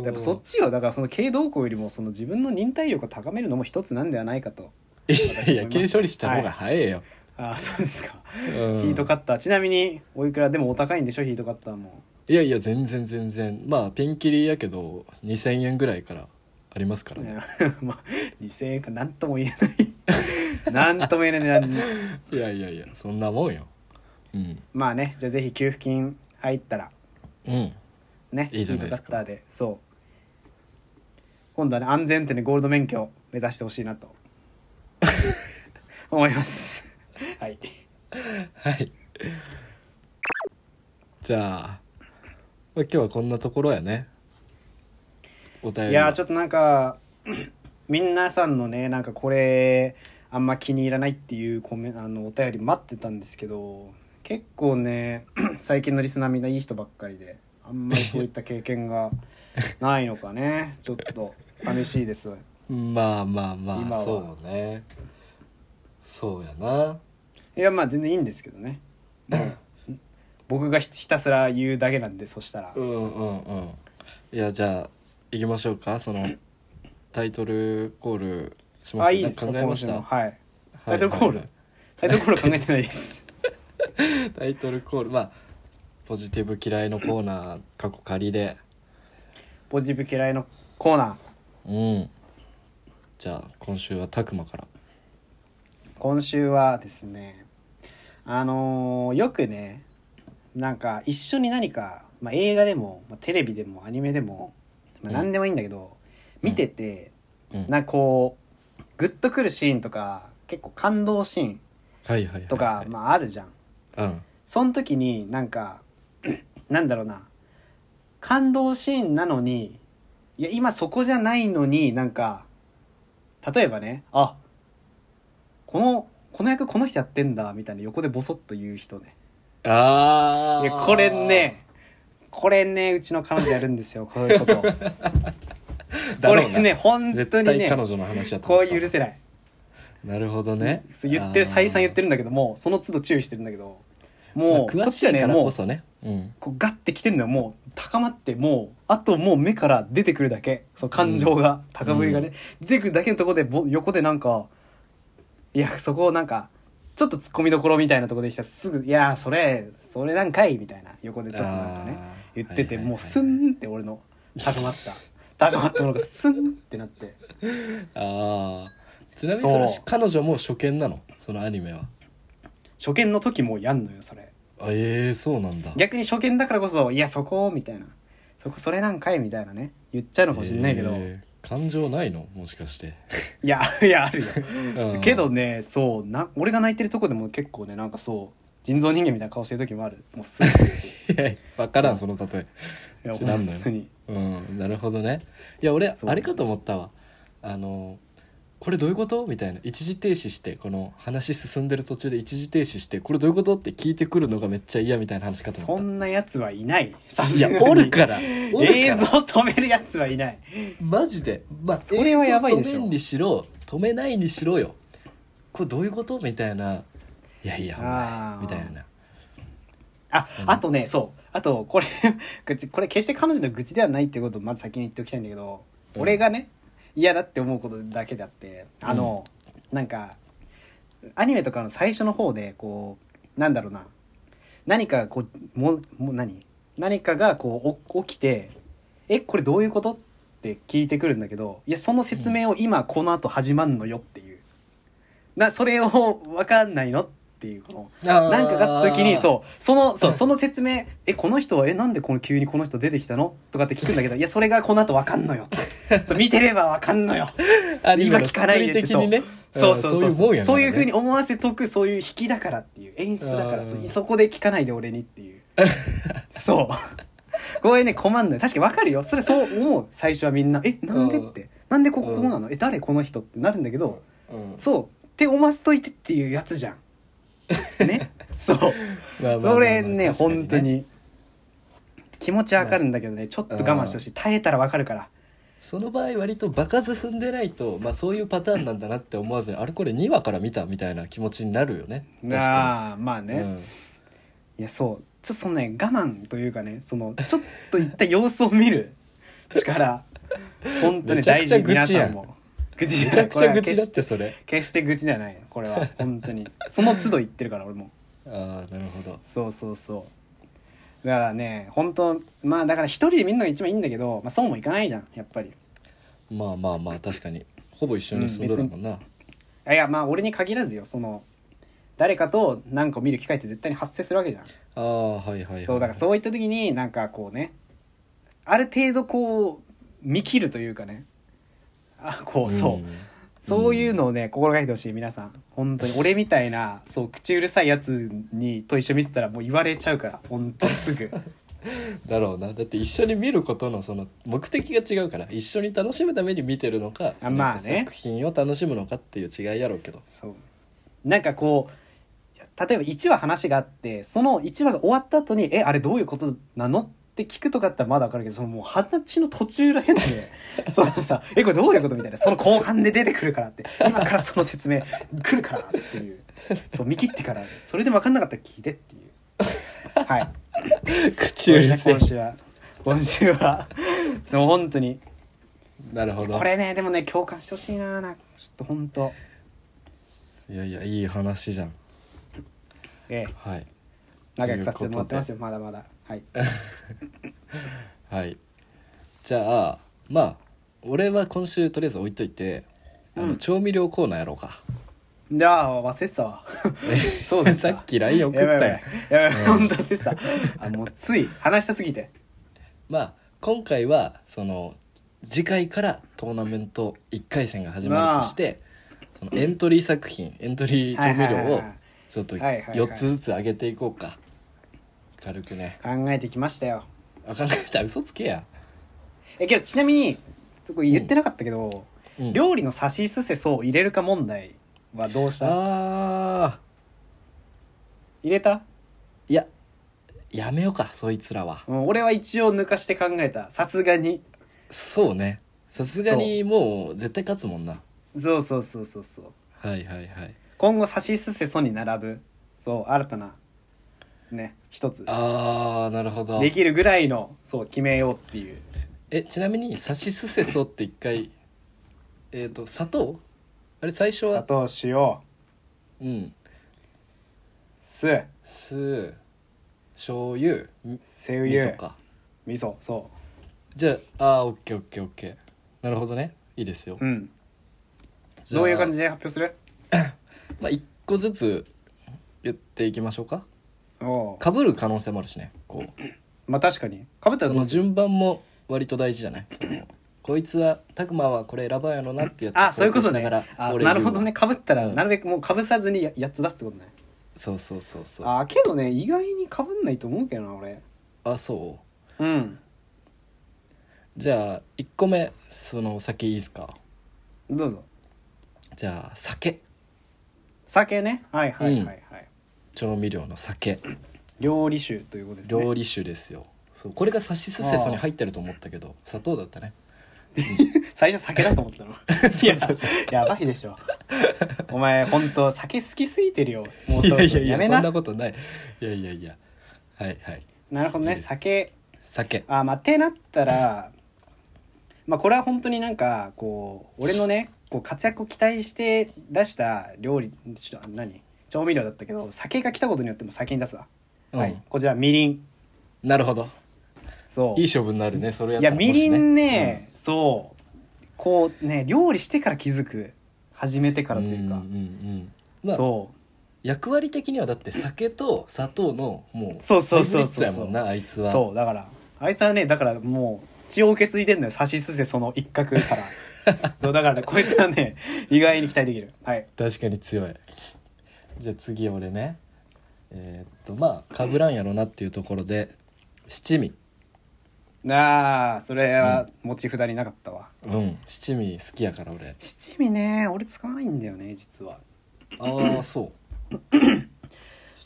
やっぱそっちはだからその軽動向よりもその自分の忍耐力を高めるのも一つなんではないかと
いやいや毛処理した方が早えよ、
ああそうですか、
うん
ヒートカッターちなみにおいくらでもお高いんでしょヒートカッターも
いやいや全然全然まあピンキリやけど2,000円ぐらいからありますからね、
まあ2000円か何とも言えない 何とも言えないなん
いやいやいやそんなもんようん
まあねじゃあぜひ給付金入ったら
うん
ね
いいじゃないですか
ヒートカッターでそう今度はね安全運転でゴールド免許を目指してほしいな と思いますはい
はいじゃあ、まあ、今日はこんなところやねお便りはい
やーちょっとなんか みんなさんのねなんかこれあんま気に入らないっていうコメあのお便り待ってたんですけど結構ね 最近のリスナーみんないい人ばっかりであんまりそういった経験がないのかねちょっと寂しいです
まあまあま
今は
あそうねそうやない
やまあ全然いいんですけどねもう僕がひひたすら言うだけなんでそしたら
うんうんうんいやじゃあ行きましょうかそのタイトルコールします
あいい
な
で
ん
す
か
か
考えました
今週のはいタ
は
イ
い
トルコール
はい
タイトルコール考えてないです
はい タイトルコールまあポジティブ嫌いのコーナー過去仮で
ポジティブ嫌いのコーナー
うんじゃあ今週はたくまから
今週はですねあのーよくねなんか一緒に何か、まあ、映画でも、まあ、テレビでもアニメでも、まあ、
うん
何でもいいんだけど、
うん
見てて、
うん
なんかこうグッとくるシーンとか結構感動シーン
はいはいはいはい
とか、まあ、あるじゃん。
うん
その時になんかなんだろうな感動シーンなのにいや今そこじゃないのになんか例えばねあこのこの役この人やってんだみたいな横でボソッと言う人ね
あ
いや
あ
これねこれねうちの彼女やるんです よこういうことこれね本
絶
当に
対
ね
彼女の話だと
こ
思っ
う
た
許せない
なるほどね
そう言ってる再三言って
る
るんだけどもその都度注意してるんだけど
も
もう、
詳しい
こっちはね
から
も
こ
う
そねうん
こうガッてきてんのよもう高まってもうあともう目から出てくるだけその感情が、高ぶりがね、出てくるだけのとこでぼ横でなんかいやそこをなんかちょっとツッコミどころみたいなとこできたらすぐ「いやーそれそれなんかい」みたいな横でちょっとなんかね
あー
言ってて、
はいはいはいはい
もうスンって俺の高まった高まったものがスンってなって
ああちなみにそれ
そう
彼女も初見なのそのアニメは
初見の時もやんのよそれ
あええそうなんだ
逆に初見だからこそ「いやそこ」みたいな「そこそれなんかい」みたいなね言っちゃうのかもしれないけど、
えー感情ないのもしかして
いやいやあるよ
うん
けどねそうな俺が泣いてるとこでも結構ねなんかそう人造人間みたいな顔してる時もあるもうす ぐ
いや分からんその例え
いや
知らんのよ
本当に
うんなるほどねいや俺
そう
あれかと思ったわあのこれどういうことみたいな一時停止してこの話進んでる途中で一時停止してこれどういうことって聞いてくるのがめっちゃ嫌みたいな話かと
そ
思っ
んなやつはいないさ
た
す
い
が
や
に
おるからおる
映
か
像
ら
止めるやつはいない
マジでまあ
それはやばいでしょ
映像止めんにしろ止めないにしろよこれどういうことみたいないやいや
あー
お前みたいな
あ
そうね
あとねそうあとこれ 愚痴これ決して彼女の愚痴ではないってことをまず先に言っておきたいんだけど、
うん
俺がね嫌だって思うことだけであってあの、なんかアニメとかの最初の方でこうなんだろうな何かこうもも何何かがこうお起きて「えこれどういうこと?」って聞いてくるんだけどいやその説明を今この後始まんのよっていう、なそれを 分かんないのっていうこの
な
なんかがあった時にそうその
そう
そその説明「えこの人はえなんでこの急にこの人出てきたの?」とかって聞くんだけど「いやそれがこの後わかん のよ」そう見てればわかんのよ」
アニメの
今聞かな
作
いで
り
って
的にね
そうそうそうそう,、
んいうもんやからね
そういうふうに思わせとくそういう引きだからっていう演出だか
う
ら
ん
そうそこで聞かないで俺にって いうそうこれね困んない確かにわかるよそれそう思う最初はみんな「えなんで?」って「なんでこここうなのえ誰この人?」ってなるんだけど
うん
そうって思わせといてっていうやつじゃん ねそう
まあまあまあまあ
それね
確か
本当に気持ちわかるんだけどねちょっと我慢してほしい耐えたらわかるから
その場合割と場数踏んでないと、まあ、そういうパターンなんだなって思わずにあれこれ2話から見たみたいな気持ちになるよね確か
ああまあね、い
に、
やそうちょっとそのね我慢というかねそのちょっと一旦様子を見る力本当ね
めちゃく
大
ちゃ
事
愚
皆
痴や
さ
ん
んも愚
うん、
痴
めちゃくちゃ愚痴だっ
こ
てそれ
れは決し決して愚痴ではないこれは本当にその都度言ってるから俺も
ああなるほど
そうそうそうだからね本当まあだから一人で見るのが一番いいんだけど、まあ、そうもいかないじゃんやっぱり
まあまあまあ確かにほぼ一緒に住んどるもんな、
あいやまあ俺に限らずよその誰かと何かを見る機会って絶対に発生するわけじゃん、
ああはいはいはい、
そうだからそういった時になんかこうねある程度こう見切るというかねあこうそう、
ん
そういうのをね心がけてほしい皆さん本当に俺みたいなそう口うるさいやつにと一緒に見てたらもう言われちゃうから本当すぐ
だろうなだって一緒に見ることのその目的が違うから一緒に楽しむために見てるのかその
まあね
作品を楽しむのかっていう違いやろう けど
そうなんかこう例えば1話話があってその1話が終わった後に「えあれどういうことなの?」って聞くとかだったらまだわかるけどそのもう話の途中らへんで そのさ「えこれどういうこと?」みたいなその後半で出てくるからって今からその説明来るからっていうそう見切ってからそれでも分かんなかったら聞いてっていうはい
口うるせえ
今週は今週はでも本当に
なるほど
これねでもね共感してほしいななんかちょっと本当
いやいやいい話じゃん
ええ
はい
仲良くさせてもらってますよまだまだはい
はいじゃあまあ俺は今週とりあえず置いといてあ
う
の
ん
調味料コーナーやろうか、
じゃあ忘れてた わそうです
さっき LINE 送っ
やばい
た
や
よ
ばいやばい本当忘れてたあもうつい話したすぎて
まあ今回はその次回からトーナメント1回戦が始まるとしてそのエントリー作品エントリー調味
はい
料
はいはい
をちょっと
はいはいはい
4つずつ上げていこうか軽くね
はい考えてきましたよ
あ考えた嘘つけや
えけどちなみにそこ言ってなかったけど、
うん
料理の差しすせそを入れるか問題はどうした
あ
入れた、
ーいややめようかそいつらは
うん、俺は一応抜かして考えたさすがに
そうねさすがにもう絶対勝つもんな
そうそうそうそうそう
はいはいはい
今後さしすせそに並ぶそう新たなね一つ
あーなるほど
できるぐらいのそう決めようっていう
えちなみに「さしすせそ」って一回えっ、と砂糖あれ最初
砂
は
糖塩
うん
酢
酢醤油み
背
味噌
油
か
味噌そ
じゃああーオッケーオッケーオッケーなるほどねいいですよ
ううん
じゃあ
どういう感じで発表する
まあ一個ずつ言っていきましょうか
おう
かぶる可能性もあるしねこう
まあ確かにかぶったら
そ
どう
の
する
順番も割と大事じゃないそのこいつはたくまはこれ選ばんやろなってやつを
あそうい
想
うこ
定
と
しな
ね
がら
あ
俺
な
言うわ
るほどねかぶったら
うん
なるべくもうかぶさずにや8つ出すってことね
そうそうそうそうあ
あけどね意外にかぶんないと思うけどな俺
そう
うん
じゃあ1個目その先いいですか
どうぞ
じゃあ酒
酒ねはいはいはいはい、
調味料の酒
料理酒ということですね
料理酒ですよそうこれがさしすせそに入ってると思ったけど砂糖だったね
最初酒だと思ったの いややばいでしょお前ほんと酒好きすぎてるよもうそ
いや
ろ
い
そ
や
ろ
い
や
や
め
そ
なん
なことないいやいやいやはいはい
なるほど
いい
ね
です
酒
酒
あまあってなったらまあこれは本当になんかこう俺のねこう活躍を期待して出した料理ちょ何調味料だったけど酒が来たことによっても先に出すわ、
うん、
はいこちらみりん
なるほど
そう
いい処分になるねそれやっ
い
た
や
ら
みり
もし
んね、そうこうね料理してから気づく始めてからというか、
んうんうんまあ
そう
役割的にはだって酒と砂糖のもう
そうそうそうそう
ハイブリッドやもんなあいつは
そうだからあいつはねだからもう血を受け継いでんのよ差しすせその一 角からそうだからねこいつはね意外に期待できるはい
確かに強いじゃあ次俺ねえーっとまあかぶらんやろなっていうところで七味
なあそれは持ち札になかったわ、
うん七味好きやから俺
七味ね俺使わないんだよね実は
ああそう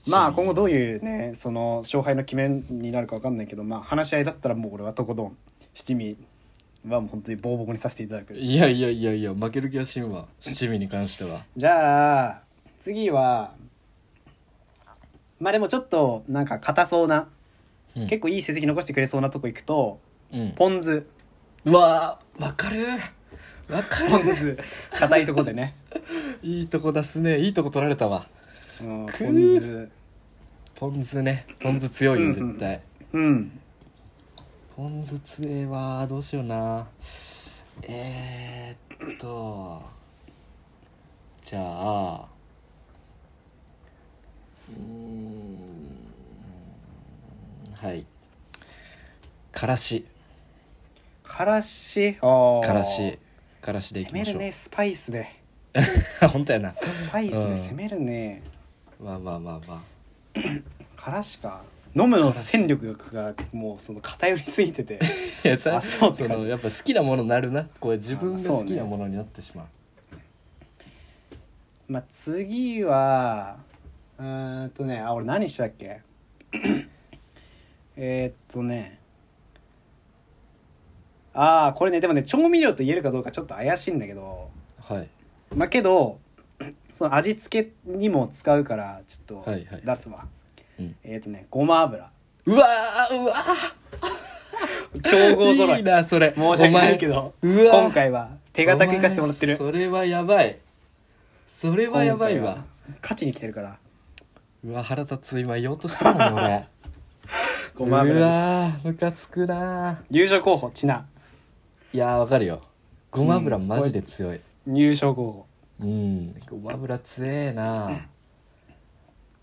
まあ今後どう
いう
いうねその勝敗の決めになるか分かんないけどまあ話し合いだったらもう俺はとことん七味はもう本当にボーボコにさせていただく
いやいやいやいや負ける気はしんわ七味に関しては
じゃあ次はまあでもちょっとなんか硬そうな
うん
結構いい成績残してくれそうなとこ行くと
うん
ポン酢
うわーわかるわか
ポン
る
酢硬いとこでね、
いいとこ出すねいいとこ取られたわ
うん、ポン
くー
酢
ポン酢ねポン酢強いよ
うん
絶対、
うん
ポン酢強えわどうしようなえー、っとじゃあうーんはいからし
からしああ
からしからしでいき
攻め
まし
る
ょう、
ねスパイスで
本当やな
スパイスで
うん
攻めるね、
まあまあまあま
からしか飲むの
からし
戦力がもうその偏りすぎて て
あいやさ
あそうって
そ
感じ
のやっぱ好きなものになるなこれ自分
あ
が
そう
好
ね
きなものになってしまう
まあ次はうーんとねあ俺何したっけ えーっとねああこれねでもね調味料と言えるかどうかちょっと怪しいんだけど
はい
まあけど その味付けにも使うからちょっと
はいはい
出すわ、
うん
えーっとねごま油
うわーうわ
強豪揃
ー
い
いいなそれ
申し訳ないけど
お前うわ
今回は手堅くいかせてもらってる
お前それはやばいそれはやばい
今
わ
回は勝ちに来てるから
うわ腹立つ今言おうとしたのに俺
ごま油
う
です
わームカつくな
優勝候補チナ
ーいやーわかるよごま油マジで強い、
優勝候補
うんごま油強えな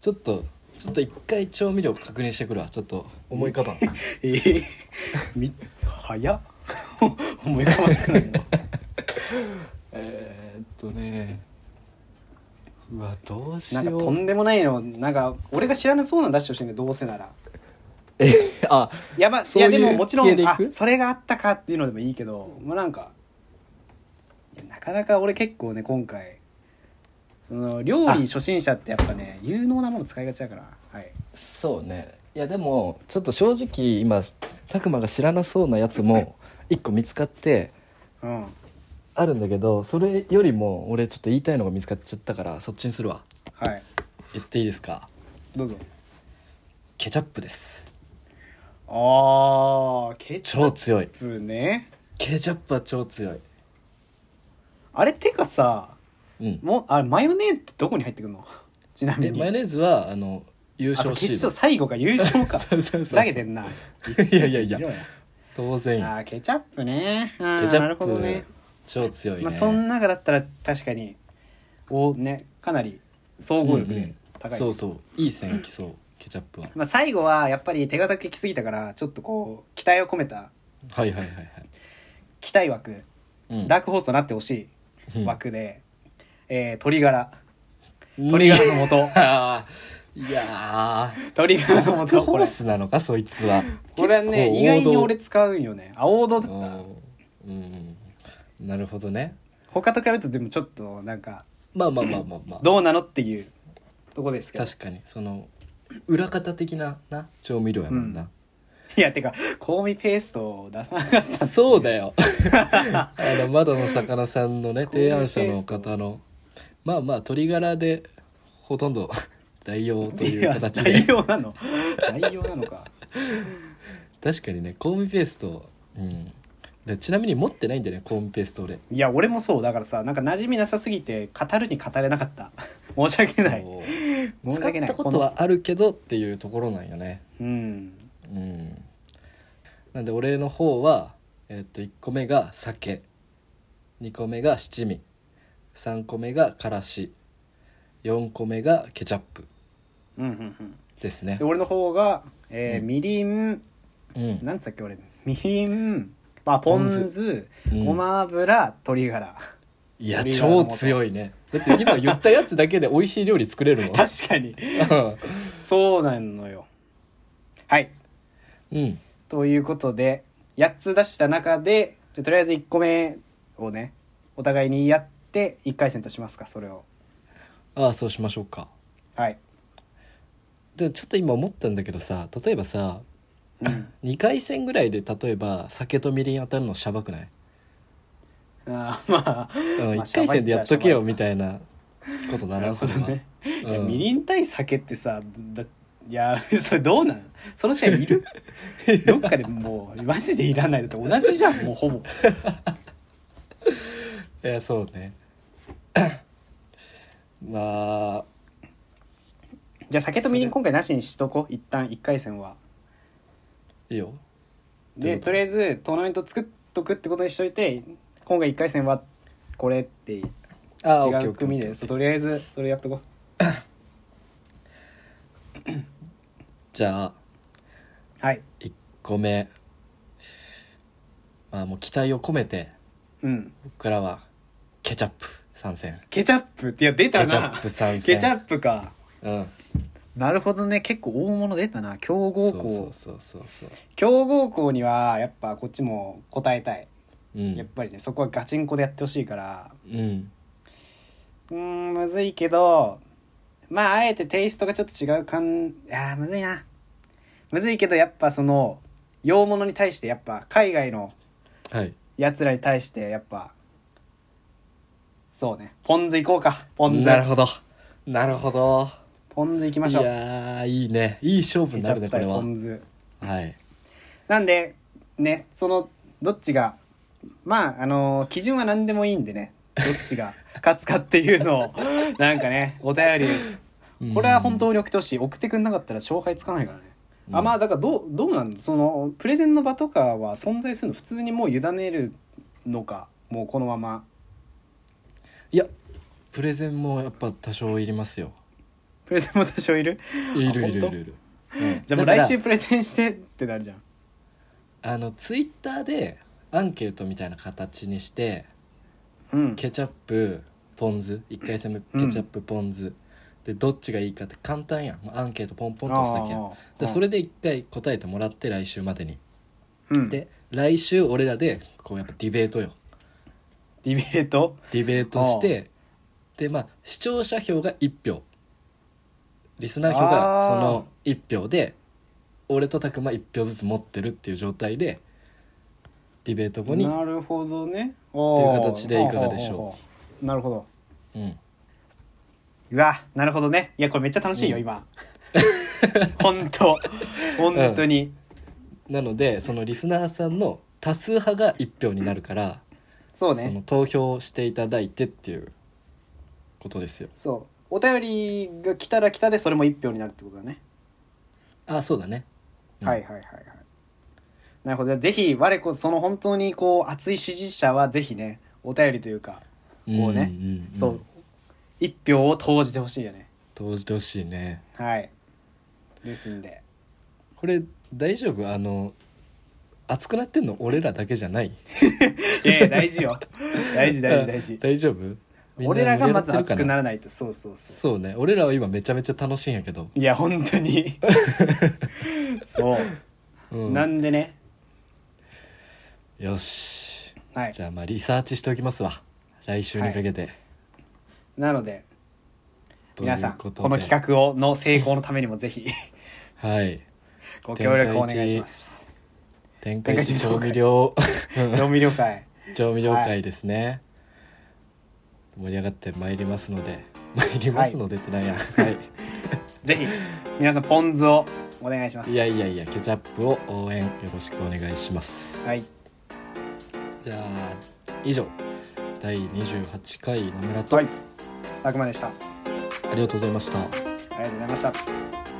ちょっとちょっと一回調味料確認してくるわちょっと思い浮かばん
ええ み早っ 思い浮かばなくなるの
えーっとねうわどうし
なんか
よ
と
うん
でもないのなんか俺が知らなそうなの出してほしいんでどうせなら
えあ
やばい
そうい
や
う
でももちろ
系で
ん
い
あ
く
それがあったかっていうのでもいいけどまあなんかいやなかなか俺結構ね今回その料
あ
理初心者ってやっぱね有能なもの使いがちだからはい
そうねいやでもちょっと正直今拓磨が知らなそうなやつも一個見つかって
うん
あるんだけどそれよりも俺ちょっと言いたいのが見つかっちゃったからそっちにするわ
はい
言っていいですか
どうぞ
ケチャップです
あーケチャ
超強い
ップね
ケチャップは超強い
あれてかさ
うん
もうあれマヨネーズってどこに入ってくるの ちなみ
え
に
マヨネーズはあの優
あそう
勝
決
シード
勝最後か優勝か
そうそうそう
ふ
そ
ざ
う
けてんな
いやいやいや
見ろよ
当然よ
あーケチャップねあ
ケチ
ー
ャ
なる
ッ
ほ
プ、
どね
超強いね、
まあ、その中だったら確かにおねかなり総合力
う
で
んうん
高い、
そうそういい線いきそうケチャップは
まあ、最後はやっぱり手堅くいきすぎたからちょっとこう期待を込めた
はいはいはいはい、
期待枠
うん、
ダークホースとなってほしい枠で、えー鶏ガラ
うん
鶏ガラの素
あ ーいや
鶏ガラ
ー
の
ダーク
素
ホ
これ
ースなのかそいつは
これはね
結構
意外に
王道
俺使うんよねあ王道だった、
うんうんなるほどね
他と比べるとでもちょっとなんか
まあまあまあまあまあ
どうなのっていうとこですけど
確かにその裏方的なな調味料やもんな、
いやてか香味ペーストを出さなかった
そうだよ あの窓の魚さん のね提案者の方のまあまあ鶏ガラでほとんど 代用という 形
いや内
で
容なの内容なのか
確かにね香味ペーストうんでちなみに持ってないんだよね香味ペースト俺
いや俺もそうだからさなんか馴染みなさすぎて語るに語れなかった申し訳ない
そう
申し
使っ
訳ない
たことはあるけどっていうところなんよね
このうん
うんなんで俺の方は、えっと1個目が酒2個目が七味3個目がからし4個目がケチャップ
うんうんうん
ですね
で俺の方が、えー
うん
みりん
うん
なんつったっけ俺みりん、まあ、ポン酢
ポンうん
ごま油鶏ガラ
いや
鶏ガラの
超
素
強いねだって今言ったやつだけで美味しい料理作れるもん
確かにそうなのよはい
うん
ということで8つ出した中でじゃあとりあえず1個目をねお互いにやって1回戦としますかそれを
ああそうしましょうか
はい、
でちょっと今思ったんだけどさ例えばさ
うん
2回戦ぐらいで例えば酒とみりん当たるのしゃばくない、
あーまあ、
うん、
まあ
1回戦でやっとけ
しゃ
よ
ばい
みたいなことな
な
ら
る
ん
ほ
そ
ど
れは、
ね、いや
うん
みりん対酒ってさだいや それどうなんその試合い るどっかでもうマジでいらないだって同じじゃんもうほぼ
いやそうね まあ
じゃあ酒とみりん
それ
今回なしにしとこう一旦1回戦はい
いよどうい
で
うこと
とりあえずトーナメント作っとくってことにしといて今回1回戦はこれって違
あ
う組でそうとりあえずそれやっとこ
じゃあ
うはい
1個目まあもう期待を込めて
うん
僕らはケチャップ参戦
ケチャップっていや出た
ケチャ
な
ップ参戦
ケチャップか
うん
なるほどね結構大物出たな強
そ
豪
う
校
そうそうそうそう
強豪校にはやっぱこっちも答えたい、
う
やっ
ん
ぱりねそこはガチンコでやってほしいから
うん
うーんむずいけどまああえてテイストがちょっと違う感いやーむずいなむずいけどやっぱその洋物に対してやっぱ海外の
はい
やつらに対してやっぱそうねポン酢いこうかポン酢
なるほどなるほど
ポン酢いきま
い
しょう
やーいいねいい勝負になるねこれは
ポン酢
はい
なんでねそのどっちがまああの基準は何でもいいんでねどっちが勝つかっていうのをなんかねお便りこれは本当に送ってほしい送ってくんなかったら勝敗つかないからね、
うん
あまあだからどうどうなんそのプレゼンの場とかは存在するの普通にもう委ねるのかもうこのまま
いやプレゼンもやっぱ多少いりますよ
プレゼンも多少いる
いる
あ
いる
本
いる
当
いる、うん
じゃあもう
だか
来
ら
週プレゼンしてってなるじゃん
あのツイッターでアンケートみたいな形にして
うん
ケチャップポン酢1回戦目
うん
ケチャップポン酢、でどっちがいいかって簡単やんもうアンケートポンポンと押すだけやん
ああ
でそれで1回答えてもらって来週までに
うん
で来週俺らでこうやっぱディベートよ
ディベート
ディベートしてでまあ視聴者票が1票リスナー票が
あー
その1票で俺と拓磨1票ずつ持ってるっていう状態でディベート後に
なるほどねって
っていう形でいかがでしょう
うなるほど
うん
うわなるほどねいやこれめっちゃ楽しいよ、
うん
今本 当本当に、
なのでそのリスナーさんの多数派が1票になるから
そう
そ
ね
の投票していただいてっていうことですよ
そうお便りが来たら来たでそれも一票になるってことだね、
あそうだねうん
はいはいはいはいなるほどじゃあぜひ我こその本当にこう熱い支持者はぜひねお便りというか、もうね
んんん
そう一票を投じてほしいよね
投じてほしいね
はいですんで
これ大丈夫あの熱くなってんの俺らだけじゃない
いやいや大事 よ大事大事大事
大丈夫みんな
俺らがまず
盛り上
熱
がってるか
くならないとそうそうそう
そうね俺らは今めちゃめちゃ楽しいんやけど、
いや本当に そう、
うん
なんでね
よし
はい
じゃあまあリサーチしておきますわ来週にかけて、
なので
という
皆さん
こ
こと
で
の企画をの成功のためにもぜ ひ
はい
ご協力お願いします
展開
展開
地
地紹
調
介
味料
調味料会
調味料会ですね、盛り上がってまいりますので参りますのでってなんや、はい
ぜひ皆さんポン酢をお願いします
いやいやいやケチャップを応援よろしくお願いします
はい
じゃあ以上第28回野村と
はいたくまでしたあ
ありがとうございました
りがとうございました